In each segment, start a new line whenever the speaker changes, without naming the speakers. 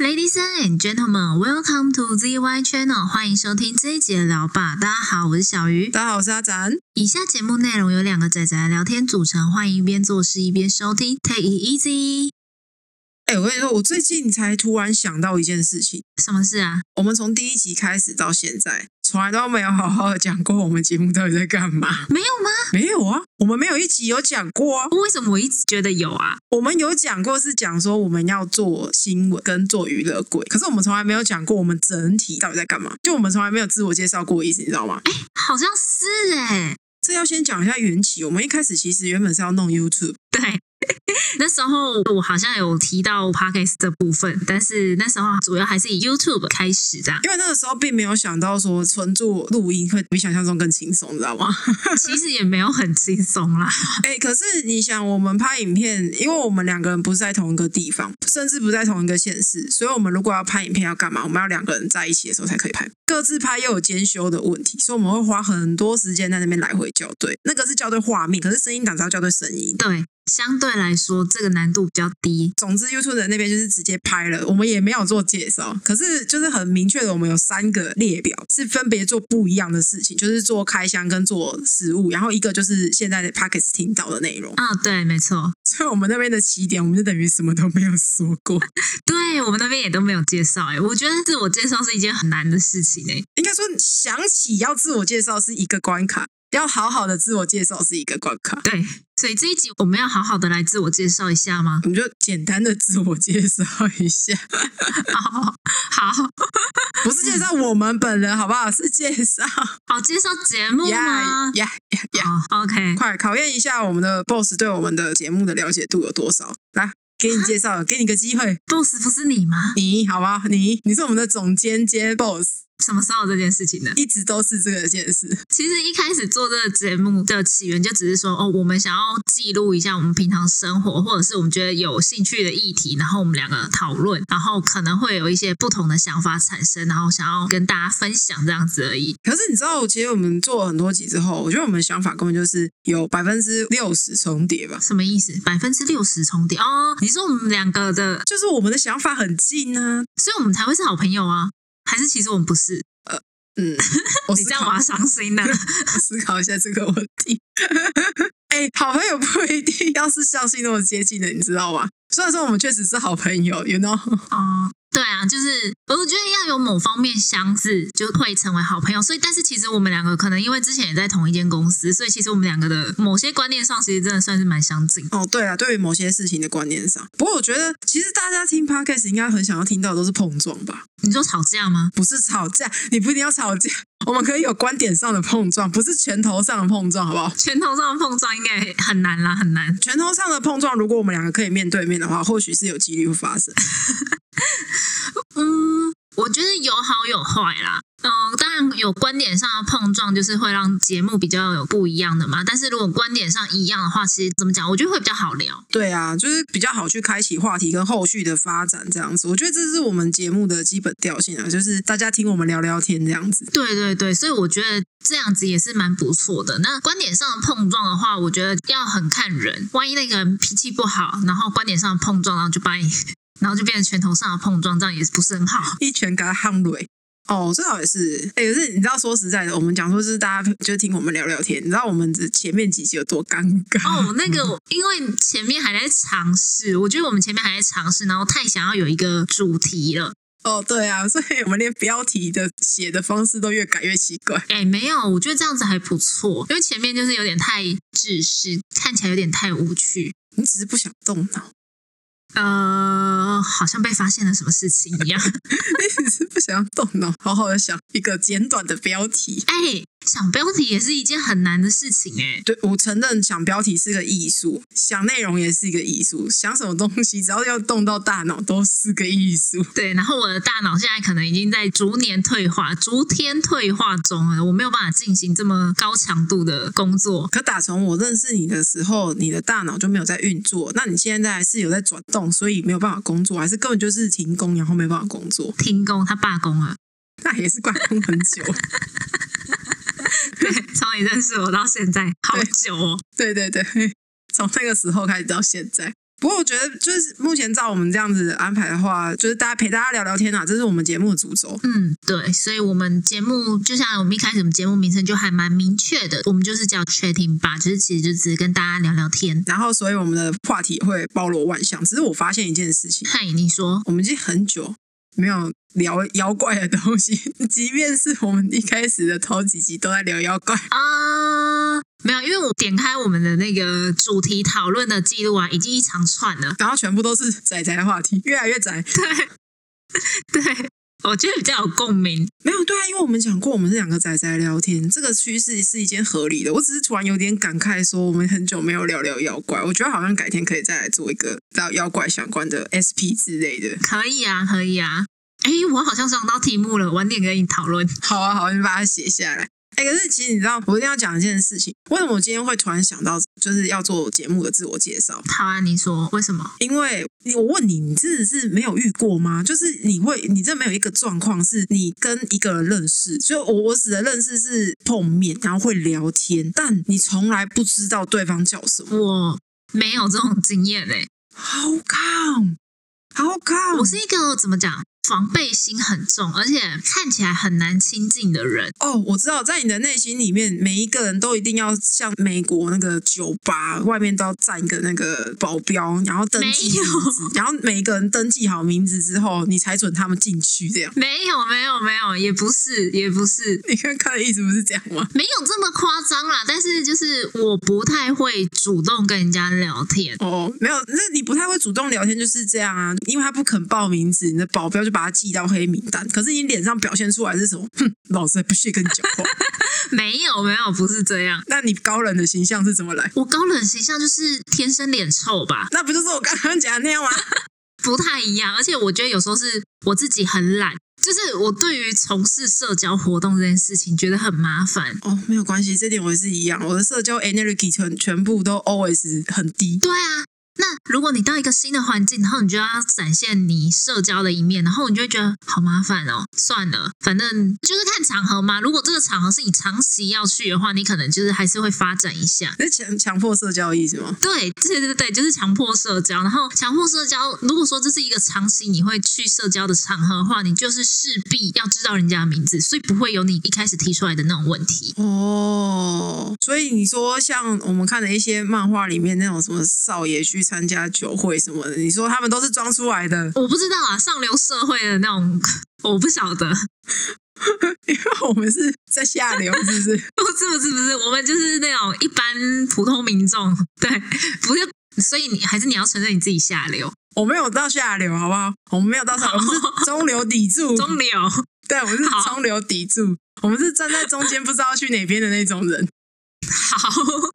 Ladies and gentlemen, welcome to ZY Channel，欢迎收听这一集的聊吧。大家好，我是小鱼。
大家好，我是阿展。
以下节目内容由两个仔仔聊天组成，欢迎一边做事一边收听，Take it easy。
哎、我跟你说，我最近才突然想到一件事情，
什么事啊？
我们从第一集开始到现在，从来都没有好好的讲过我们节目到底在干嘛。
没有吗？
没有啊，我们没有一集有讲过啊。
为什么我一直觉得有啊？
我们有讲过是讲说我们要做新闻跟做娱乐鬼，可是我们从来没有讲过我们整体到底在干嘛。就我们从来没有自我介绍过的意思，你知道吗？
好像是哎、
这要先讲一下缘起。我们一开始其实原本是要弄 YouTube，
对。 那时候我好像有提到 podcast 的部分，但是那时候主要还是以 YouTube 开始这样。
因为那个时候并没有想到说纯做录音会比想象中更轻松，你知道吗？
其实也没有很轻松啦。
哎、可是你想，我们拍影片，因为我们两个人不是在同一个地方，甚至不在同一个县市，所以我们如果要拍影片要干嘛？我们要两个人在一起的时候才可以拍，各自拍又有兼修的问题，所以我们会花很多时间在那边来回校对。那个是校对画面，可是声音档是要校对声音。
对，相对来说这个难度比较低。
总之，YouTube 的那边就是直接拍了，我们也没有做介绍，可是就是很明确的，我们有三个列表是分别做不一样的事情，就是做开箱跟做食物，然后一个就是现在的 Pockets 听到的内容。
啊、对，没错，
所以我们那边的起点，我们就等于什么都没有说过。
对我们那边也都没有介绍哎、我觉得自我介绍是一件很难的事情哎、
应该说，想起要自我介绍是一个关卡，要好好的自我介绍是一个关卡。
对，所以这一集我们要好好的来自我介绍一下吗？
我们就简单的自我介绍一下，
好好
不是介绍我们本人好不好？是介绍
好介绍节目
呀
吗？
呀呀呀！
好，OK，
快考验一下我们的 boss 对我们的节目的了解度有多少？来，给你介绍，给你个机会，
boss 不是你吗？
你好吧？你你是我们的总监兼 boss，
什么时候有这件事情呢？
一直都是这个件事。
其实一开始做这个节目的起源，就只是说哦，我们想要记录一下我们平常生活，或者是我们觉得有兴趣的议题，然后我们两个讨论，然后可能会有一些不同的想法产生，然后想要跟大家分享这样子而已。
可是你知道，其实我们做了很多集之后，我觉得我们的想法根本就是有百分之六十重叠吧。
什么意思？百分之六十重叠哦？你说我们两个的，
就是我们的想法很近啊，
所以我们才会是好朋友啊？还是其实我们不是？
嗯，我
你
思
这样我
考
要，伤心了。
我思考一下这个问题。 哎、好朋友不一定 要是相性那么接近的，你知道吗？虽然说我们确实是好朋友，you know，
哦，对啊，就是我觉得要有某方面相似，就会成为好朋友。所以，但是其实我们两个可能因为之前也在同一间公司，所以其实我们两个的某些观念上，其实真的算是蛮相近。
哦，对啊，对于某些事情的观念上，不过我觉得其实大家听 podcast 应该很想要听到的都是碰撞吧，
你说吵架吗？
不是吵架，你不一定要吵架，我们可以有观点上的碰撞，不是拳头上的碰撞，好不好？
拳头上的碰撞应该很难啦，很难。
拳头上的碰撞，如果我们两个可以面对面的话，或许是有几率会发生。
嗯，我觉得有好有坏啦。嗯，当然有观点上的碰撞，就是会让节目比较有不一样的嘛。但是如果观点上一样的话，其实怎么讲，我觉得会比较好聊。
对啊，就是比较好去开启话题跟后续的发展这样子。我觉得这是我们节目的基本调性啊，就是大家听我们聊聊天这样子。
对对对，所以我觉得这样子也是蛮不错的。那观点上的碰撞的话，我觉得要很看人。万一那个人脾气不好，然后观点上的碰撞，然后就把你，然后就变成拳头上的碰撞，这样也不是很 好。
一拳给他夯蕊。哦，这倒也是，哎，可是你知道，说实在的，我们讲说就是大家就听我们聊聊天，你知道我们这前面几集有多尴尬？
哦，那个，因为前面还在尝试，我觉得我们前面还在尝试，然后太想要有一个主题了。
哦，对啊，所以我们连标题的写的方式都越改越奇怪。
哎，没有，我觉得这样子还不错，因为前面就是有点太自私，看起来有点太无趣，
你只是不想动脑，
呃，好像被发现了什么事情一样。
你只是不想动脑，好好的想一个简短的标题。
哎、想标题也是一件很难的事情哎、
对，我承认想标题是个艺术，想内容也是一个艺术，想什么东西只要要动到大脑都是个艺术。
对，然后我的大脑现在可能已经在逐年退化、逐天退化中了，我没有办法进行这么高强度的工作。
可打从我认识你的时候，你的大脑就没有在运作，那你现在还是有在转动，所以没有办法工作，还是根本就是停工，然后没办法工作，
停工，他罢工了。
那也是关工很久。
对，从你认识我到现在，好
对
久哦。
对对对，从那个时候开始到现在，不过我觉得，就是目前照我们这样子安排的话，就是大家陪大家聊聊天啊，这是我们节目的主轴。
嗯，对，所以我们节目就像我们一开始我们节目名称就还蛮明确的，我们就是叫 chatting 吧，就是其实就只是跟大家聊聊天。
然后，所以我们的话题会包罗万象。只是我发现一件事情，
嗨，你说
我们已经很久没有聊妖怪的东西， 即便是我们一开始的头几集都在聊妖怪，
啊、没有，因为我点开我们的那个主题讨论的记录啊，已经一长串了。
然后全部都是仔仔的话题，越来越窄。
对，我觉得比较有共鸣。
没有对啊，因为我们讲过，我们是两个仔仔聊天，这个趋势是一件合理的。我只是突然有点感慨，说我们很久没有聊聊妖怪，我觉得好像改天可以再来做一个到妖怪相关的 SP 之类的。
可以啊，可以啊。哎，我好像想到题目了，晚点跟你讨论。
好啊，好啊，你把它写下来。哎、可是其实你知道，我一定要讲一件事情，为什么我今天会突然想到就是要做节目的自我介绍？
好啊，你说为什么？
因为我问你，你真的是没有遇过吗？就是你会，你这没有一个状况是你跟一个人认识，所以我我指的认识是碰面，然后会聊天，但你从来不知道对方叫什么。
我没有这种经验欸嘞、
How come？How come？
我是一个怎么讲，防备心很重，而且看起来很难亲近的人。
哦，我知道，在你的内心里面，每一个人都一定要像美国那个酒吧外面都要站一个那个保镖，然后登记
没有
名字，然后每个人登记好名字之后，你才准他们进去。这样，
没有，没有，没有，也不是，也不是，
你看看的意思不是这样吗？
没有这么夸张啦。但是就是我不太会主动跟人家聊天。
哦，没有，那你不太会主动聊天，就是这样啊。因为他不肯报名字，你的保镖就把他记到黑名单。可是你脸上表现出来是什么？哼，老子还不屑跟你讲话。
没有，没有，不是这样。
那你高冷的形象是怎么来？
我高冷形象就是天生脸臭吧，
那不就是我刚刚讲的那样吗？
不太一样。而且我觉得有时候是我自己很懒，就是我对于从事社交活动这件事情觉得很麻烦。
哦，没有关系，这点我也是一样，我的社交 energy 全全部都 always 很低。
对啊，那如果你到一个新的环境，然后你就要展现你社交的一面，然后你就会觉得好麻烦哦，算了，反正就是看场合嘛。如果这个场合是你长期要去的话，你可能就是还是会发展一下。
那强强迫社交的意思吗？
对，对对对，就是强迫社交。然后强迫社交，如果说这是一个长期你会去社交的场合的话，你就是势必要知道人家的名字，所以不会有你一开始提出来的那种问题。，
哦，所以你说像我们看的一些漫画里面那种什么少爷去参加酒会什么的，你说他们都是装出来的
我不知道啊，上流社会的那种，我不晓得，
因为 我们是在下流，是不是？
不是不是不是，我们就是那种一般普通民众，对，不是。所以你还是你要承认你自己下流、
我没有到下流，好不好？我们没有到下流，我们是中流砥柱，
哦中流，
对，我们是
好
中流砥柱，我们是站在中间不知道去哪边的那种人。
好，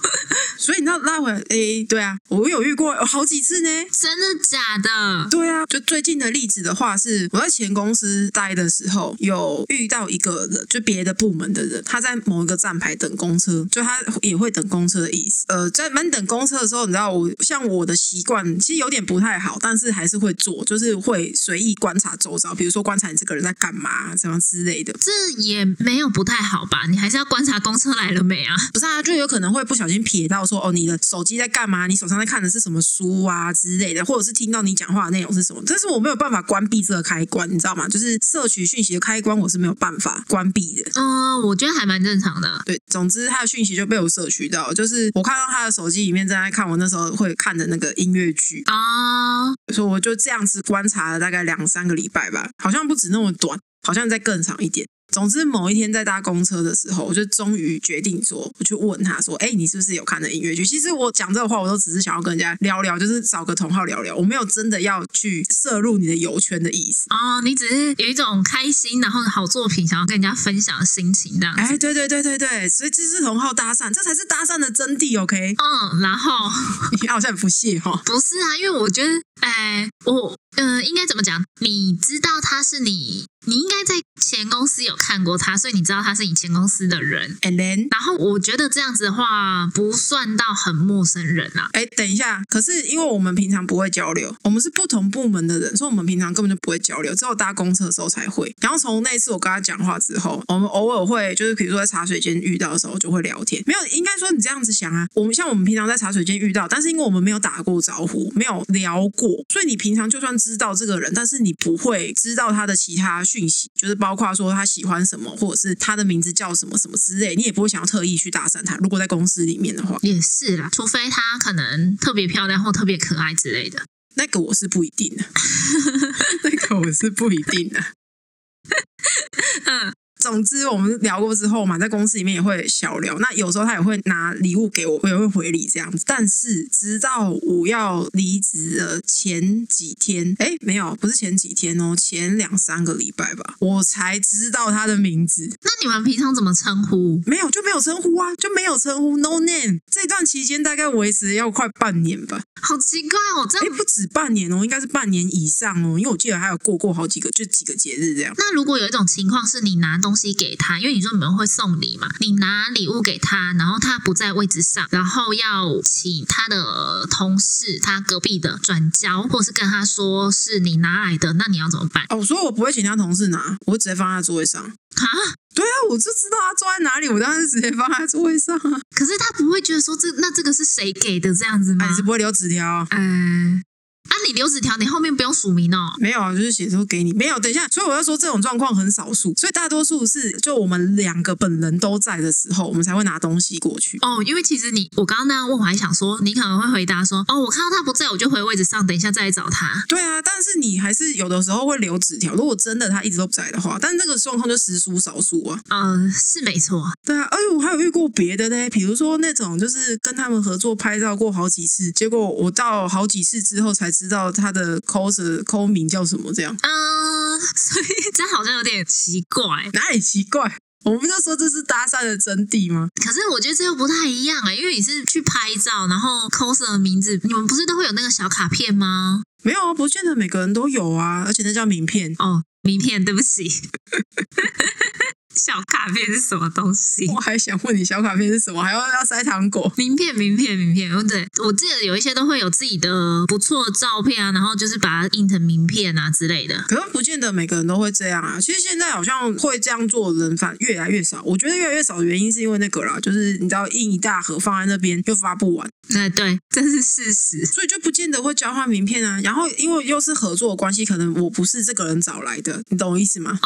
所以你知道拉回来，诶、对啊，我有遇过有好几次呢。
真的假的？
对啊，就最近的例子的话是，我在前公司待的时候，有遇到一个人，就别的部门的人，他在某一个站牌等公车，就他也会等公车的意思。呃，在慢等公车的时候，你知道我像我的习惯其实有点不太好，但是还是会做，就是会随意观察周遭，比如说观察你这个人在干嘛，啊这样之类的。
这也没有不太好吧？你还是要观察公车来了没啊？
不是啊，就有可能会不小心瞥到说哦，你的手机在干嘛？你手上在看的是什么书啊之类的，或者是听到你讲话的内容是什么？但是我没有办法关闭这个开关，你知道吗？就是摄取讯息的开关，我是没有办法关闭的。
嗯，我觉得还蛮正常的。
对，总之他的讯息就被我摄取到，就是我看到他的手机里面正在看我那时候会看的那个音乐剧，
啊、
所以我就这样子观察了大概两三个礼拜吧，好像不止那么短，好像再更长一点。总之，某一天在搭公车的时候，我就终于决定说，我去问他说：“哎、你是不是有看的音乐剧？”其实我讲这个话，我都只是想要跟人家聊聊，就是找个同好聊聊，我没有真的要去摄入你的友圈的意思。
哦，你只是有一种开心，然后好作品想要跟人家分享的心情这样子。
哎，对对对对对，所以这是同好搭讪，这才是搭讪的真谛。OK，
嗯，然后
你好像很不屑哈、哦。
不呃是啊，因为我觉得，哎，我，嗯、应该怎么讲？你知道他是你你应该在前公司有看过他，所以你知道他是你前公司的人。
And then，
然后我觉得这样子的话，不算到很陌生人啊。
哎，等一下，可是因为我们平常不会交流，我们是不同部门的人，所以我们平常根本就不会交流，只有搭公车的时候才会。然后从那次我跟他讲话之后，我们偶尔会就是比如说在茶水间遇到的时候就会聊天。没有，应该说你这样子想啊，我们像我们平常在茶水间遇到，但是因为我们没有打过招呼，没有聊过，所以你平常就算知道这个人，但是你不会知道他的其他讯息，就是包括说他喜欢什么，或者是他的名字叫什么什么之类，你也不会想要特意去搭讪他。如果在公司里面的话，
也是啦，除非她可能特别漂亮或特别可爱之类的。
那个我是不一定的，那个我是不一定的。
嗯，
总之，我们聊过之后嘛，在公司里面也会小聊。那有时候他也会拿礼物给我，我也会回礼这样子。但是直到我要离职的前几天，哎，没有，不是前几天哦，前两三个礼拜吧，我才知道他的名字。
那你们平常怎么称呼？
没有就没有称呼啊，就没有称呼，no name。这段期间大概维持要快半年吧。
好奇怪哦，这
哎、
样。
不止半年哦，应该是半年以上哦，因为我记得还有过过好几个，就几个节日这样。
那如果有一种情况是你拿东西给他，因为你说你们会送礼嘛，你拿礼物给他，然后他不在位置上，然后要请他的同事、他隔壁的转交，或是跟他说是你拿来的，那你要怎么办？
哦，所以我不会请他同事拿，我会直接放在座位上。
啊？
对啊，我就知道他坐在哪里，我当然是直接放在座位上啊。
可是他不会觉得说这那这个是谁给的这样子吗
啊，你？是不会留纸条啊、
嗯、啊，你留纸条，你后面不用署名哦。
没有啊，就是写说给你没有。等一下，所以我要说这种状况很少数，所以大多数是就我们两个本人都在的时候，我们才会拿东西过去。
哦，因为其实你我刚刚那样问，我还想说你可能会回答说，哦，我看到他不哦在，我就回位置上，等一下再来找他。
对啊，但是你还是有的时候会留纸条。如果真的他一直都不在的话，但这个状况就实属少数啊。
嗯、是没错，
对啊，而且我还有遇过别的嘞，比如说那种就是跟他们合作拍照过好几次，结果我到好几次之后才知道他的 cos 抠名叫什么，这样
嗯、所以这样好像有点奇怪。
哪里奇怪？我们不就说这是搭讪的真谛吗？
可是我觉得这又不太一样啊、因为你是去拍照，然后 coser 的名字，你们不是都会有那个小卡片吗？
没有啊，不见得每个人都有啊，而且那叫名片。
哦，名片，对不起，小卡片是什么东西？
我还想问你，小卡片是什么？还要要塞糖果？
名片，名片，名片，哦对，我记得有一些都会有自己的不错的照片啊，然后就是把它印成名片啊之类的。
可是不见得每个人都会这样啊。其实现在好像会这样做的人反越来越少。我觉得越来越少的原因是因为那个啦，就是你知道印一大盒放在那边又发不完，
那哎对，这是事实。
所以就不见得会交换名片啊。然后因为又是合作的关系，可能我不是这个人找来的，你懂我意思吗？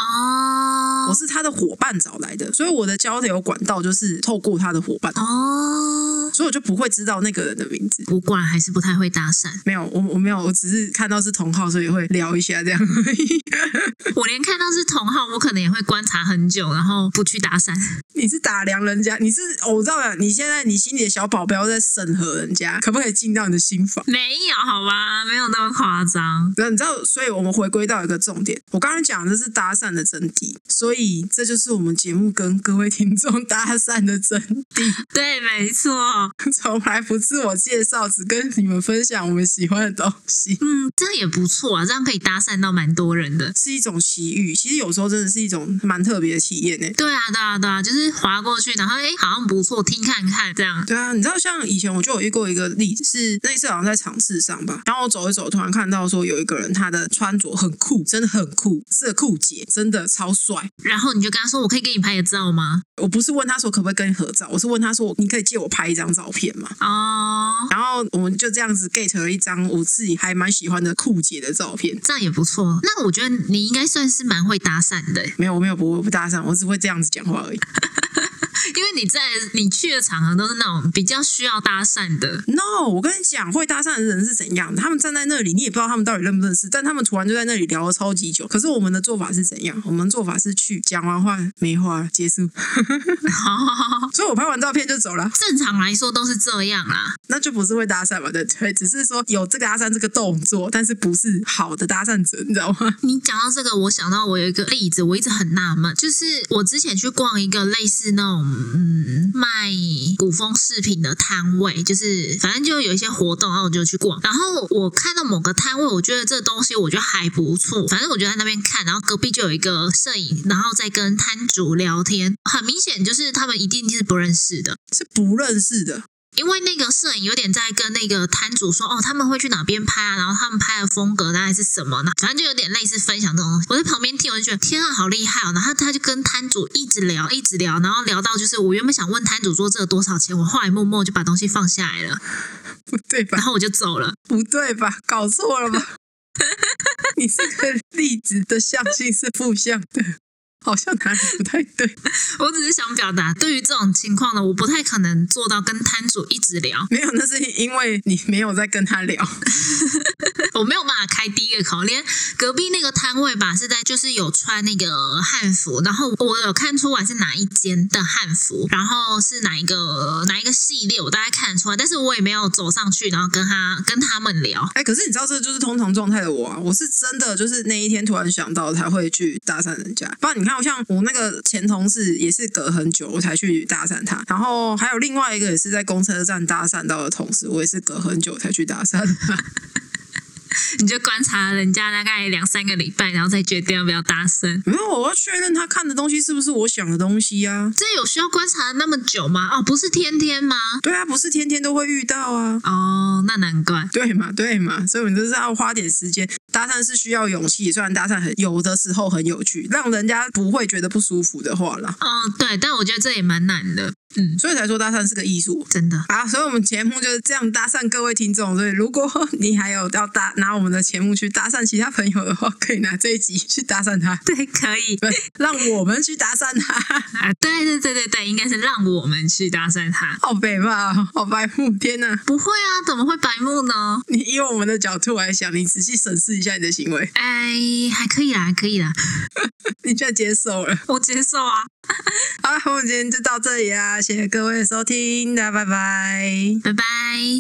我
哦
是他的伙伴找来的，所以我的交流管道就是透过他的伙伴，
哦，
所以我就不会知道那个人的名字。
我果然还是不太会搭讪，
没有，我我没有，我只是看到是同号，所以会聊一下这样而已。
我连看到是同号，我可能也会观察很久，然后不去搭讪。
你是打量人家，你是、哦、我知道了，你现在你心里的小保镖在审核人家可不可以进到你的心房。
没有，好吧，没有那么夸张。
那你知道，所以我们回归到一个重点，我刚才讲的是搭讪的真谛，所以这就是我们节目跟各位听众 搭讪的真谛，
对，没错，
从来不自我介绍，只跟你们分享我们喜欢的东西。
嗯，这样也不错啊，这样可以搭讪到蛮多人的。
是一种奇遇，其实有时候真的是一种蛮特别的体验呢。欸
对啊，对啊，对啊，就是划过去，然后哎，好像不错，听看看这样。
对啊，你知道像以前我就有遇过一个例子，是那一次好像在场市上吧，然后我走一走，突然看到说有一个人他的穿着很酷，真的很酷，是个酷姐，真的超帅。
然后你就跟他说：“我可以给你拍个照吗
我不是问他说可不可以跟你合照，我是问他说你可以借我拍一张照片吗？”？
哦，
然后我们就这样子 get 了一张我自己还蛮喜欢的酷姐的照片。
这样也不错。那我觉得你应该算是蛮会搭讪的，欸
没有，我没有不我不搭讪，我只会这样子讲话而已。
因为你在你去的场合都是那种比较需要搭讪的。
No，我跟你讲，会搭讪的人是怎样的？他们站在那里，你也不知道他们到底认不认识，但他们突然就在那里聊了超级久。可是我们的做法是怎样？我们做法是去讲完话没话结束，所以我拍完照片就走了，
正常来说都是这样啦。
那就不是会搭讪嘛？对不对，只是说有这个搭讪这个动作，但是不是好的搭讪者，你知道吗？
你讲到这个，我想到我有一个例子，我一直很纳闷，就是我之前去逛一个类似那种嗯卖古风饰品的摊位，就是反正就有一些活动，然后我就去逛。然后我看到某个摊位，我觉得这东西我觉得还不错，反正我就在那边看。然后隔壁就有一个摄影，然后在跟摊主聊天，很明显就是他们一定是不认识的。
是不认识的，
因为那个摄影有点在跟那个摊主说，哦，他们会去哪边拍啊，然后他们拍的风格大概是什么呢？反正就有点类似分享这种东西。我在旁边听，我就觉得天啊，好厉害哦！然后他就跟摊主一直聊，一直聊，然后聊到就是我原本想问摊主说这个多少钱，我后来默默就把东西放下来了，
不对
然
吧？
后我就走了。
不对吧？搞错了吧？ 你这个例子的象性是负向的，好像哪里不太对。
我只是想表达，对于这种情况呢，我不太可能做到跟摊主一直聊，
没有，那是因为你没有在跟他聊。
我没有办法开第一个口，连隔壁那个摊位吧是在就是有穿那个汉服，然后我有看出来是哪一间的汉服，然后是哪一个哪一个系列，我大概看得出来，但是我也没有走上去，然后跟他跟他们聊。
哎、可是你知道，这就是通常状态的我啊！我是真的就是那一天突然想到才会去搭讪人家。不然你看，我像我那个前同事也是隔很久我才去搭讪他，然后还有另外一个也是在公车站搭讪到的同事，我也是隔很久才去搭讪他。
你就观察人家大概两三个礼拜，然后再决定要不要搭讪。
没有，我要确认他看的东西是不是我想的东西啊。
这有需要观察那么久吗？哦，不是天天吗？
对啊，不是天天都会遇到啊。
哦，那难怪。
对嘛，对嘛，所以我们就是要花点时间。搭讪是需要勇气，虽然搭讪很有的时候很有趣，让人家不会觉得不舒服的话啦，
哦，对，但我觉得这也蛮难的。嗯，
所以才说搭讪是个艺术。
真的。
好，所以我们节目就是这样搭讪各位听众。所以如果你还有要搭拿我们的节目去搭讪其他朋友的话，可以拿这一集去搭讪他，
对，可以。
对，让我们去搭讪他。
啊，对对对对对，应该是让我们去搭讪他。
好北吧，好白目，天哪！
不会啊，怎么会白目呢？
你以我们的角度来想，你仔细审视一下你的行为，
哎，还可以啦，还可以啦，
你居然接受了。
我接受啊。
好，我们今天就到这里啦，谢谢各位的收听，大家拜拜。
拜拜。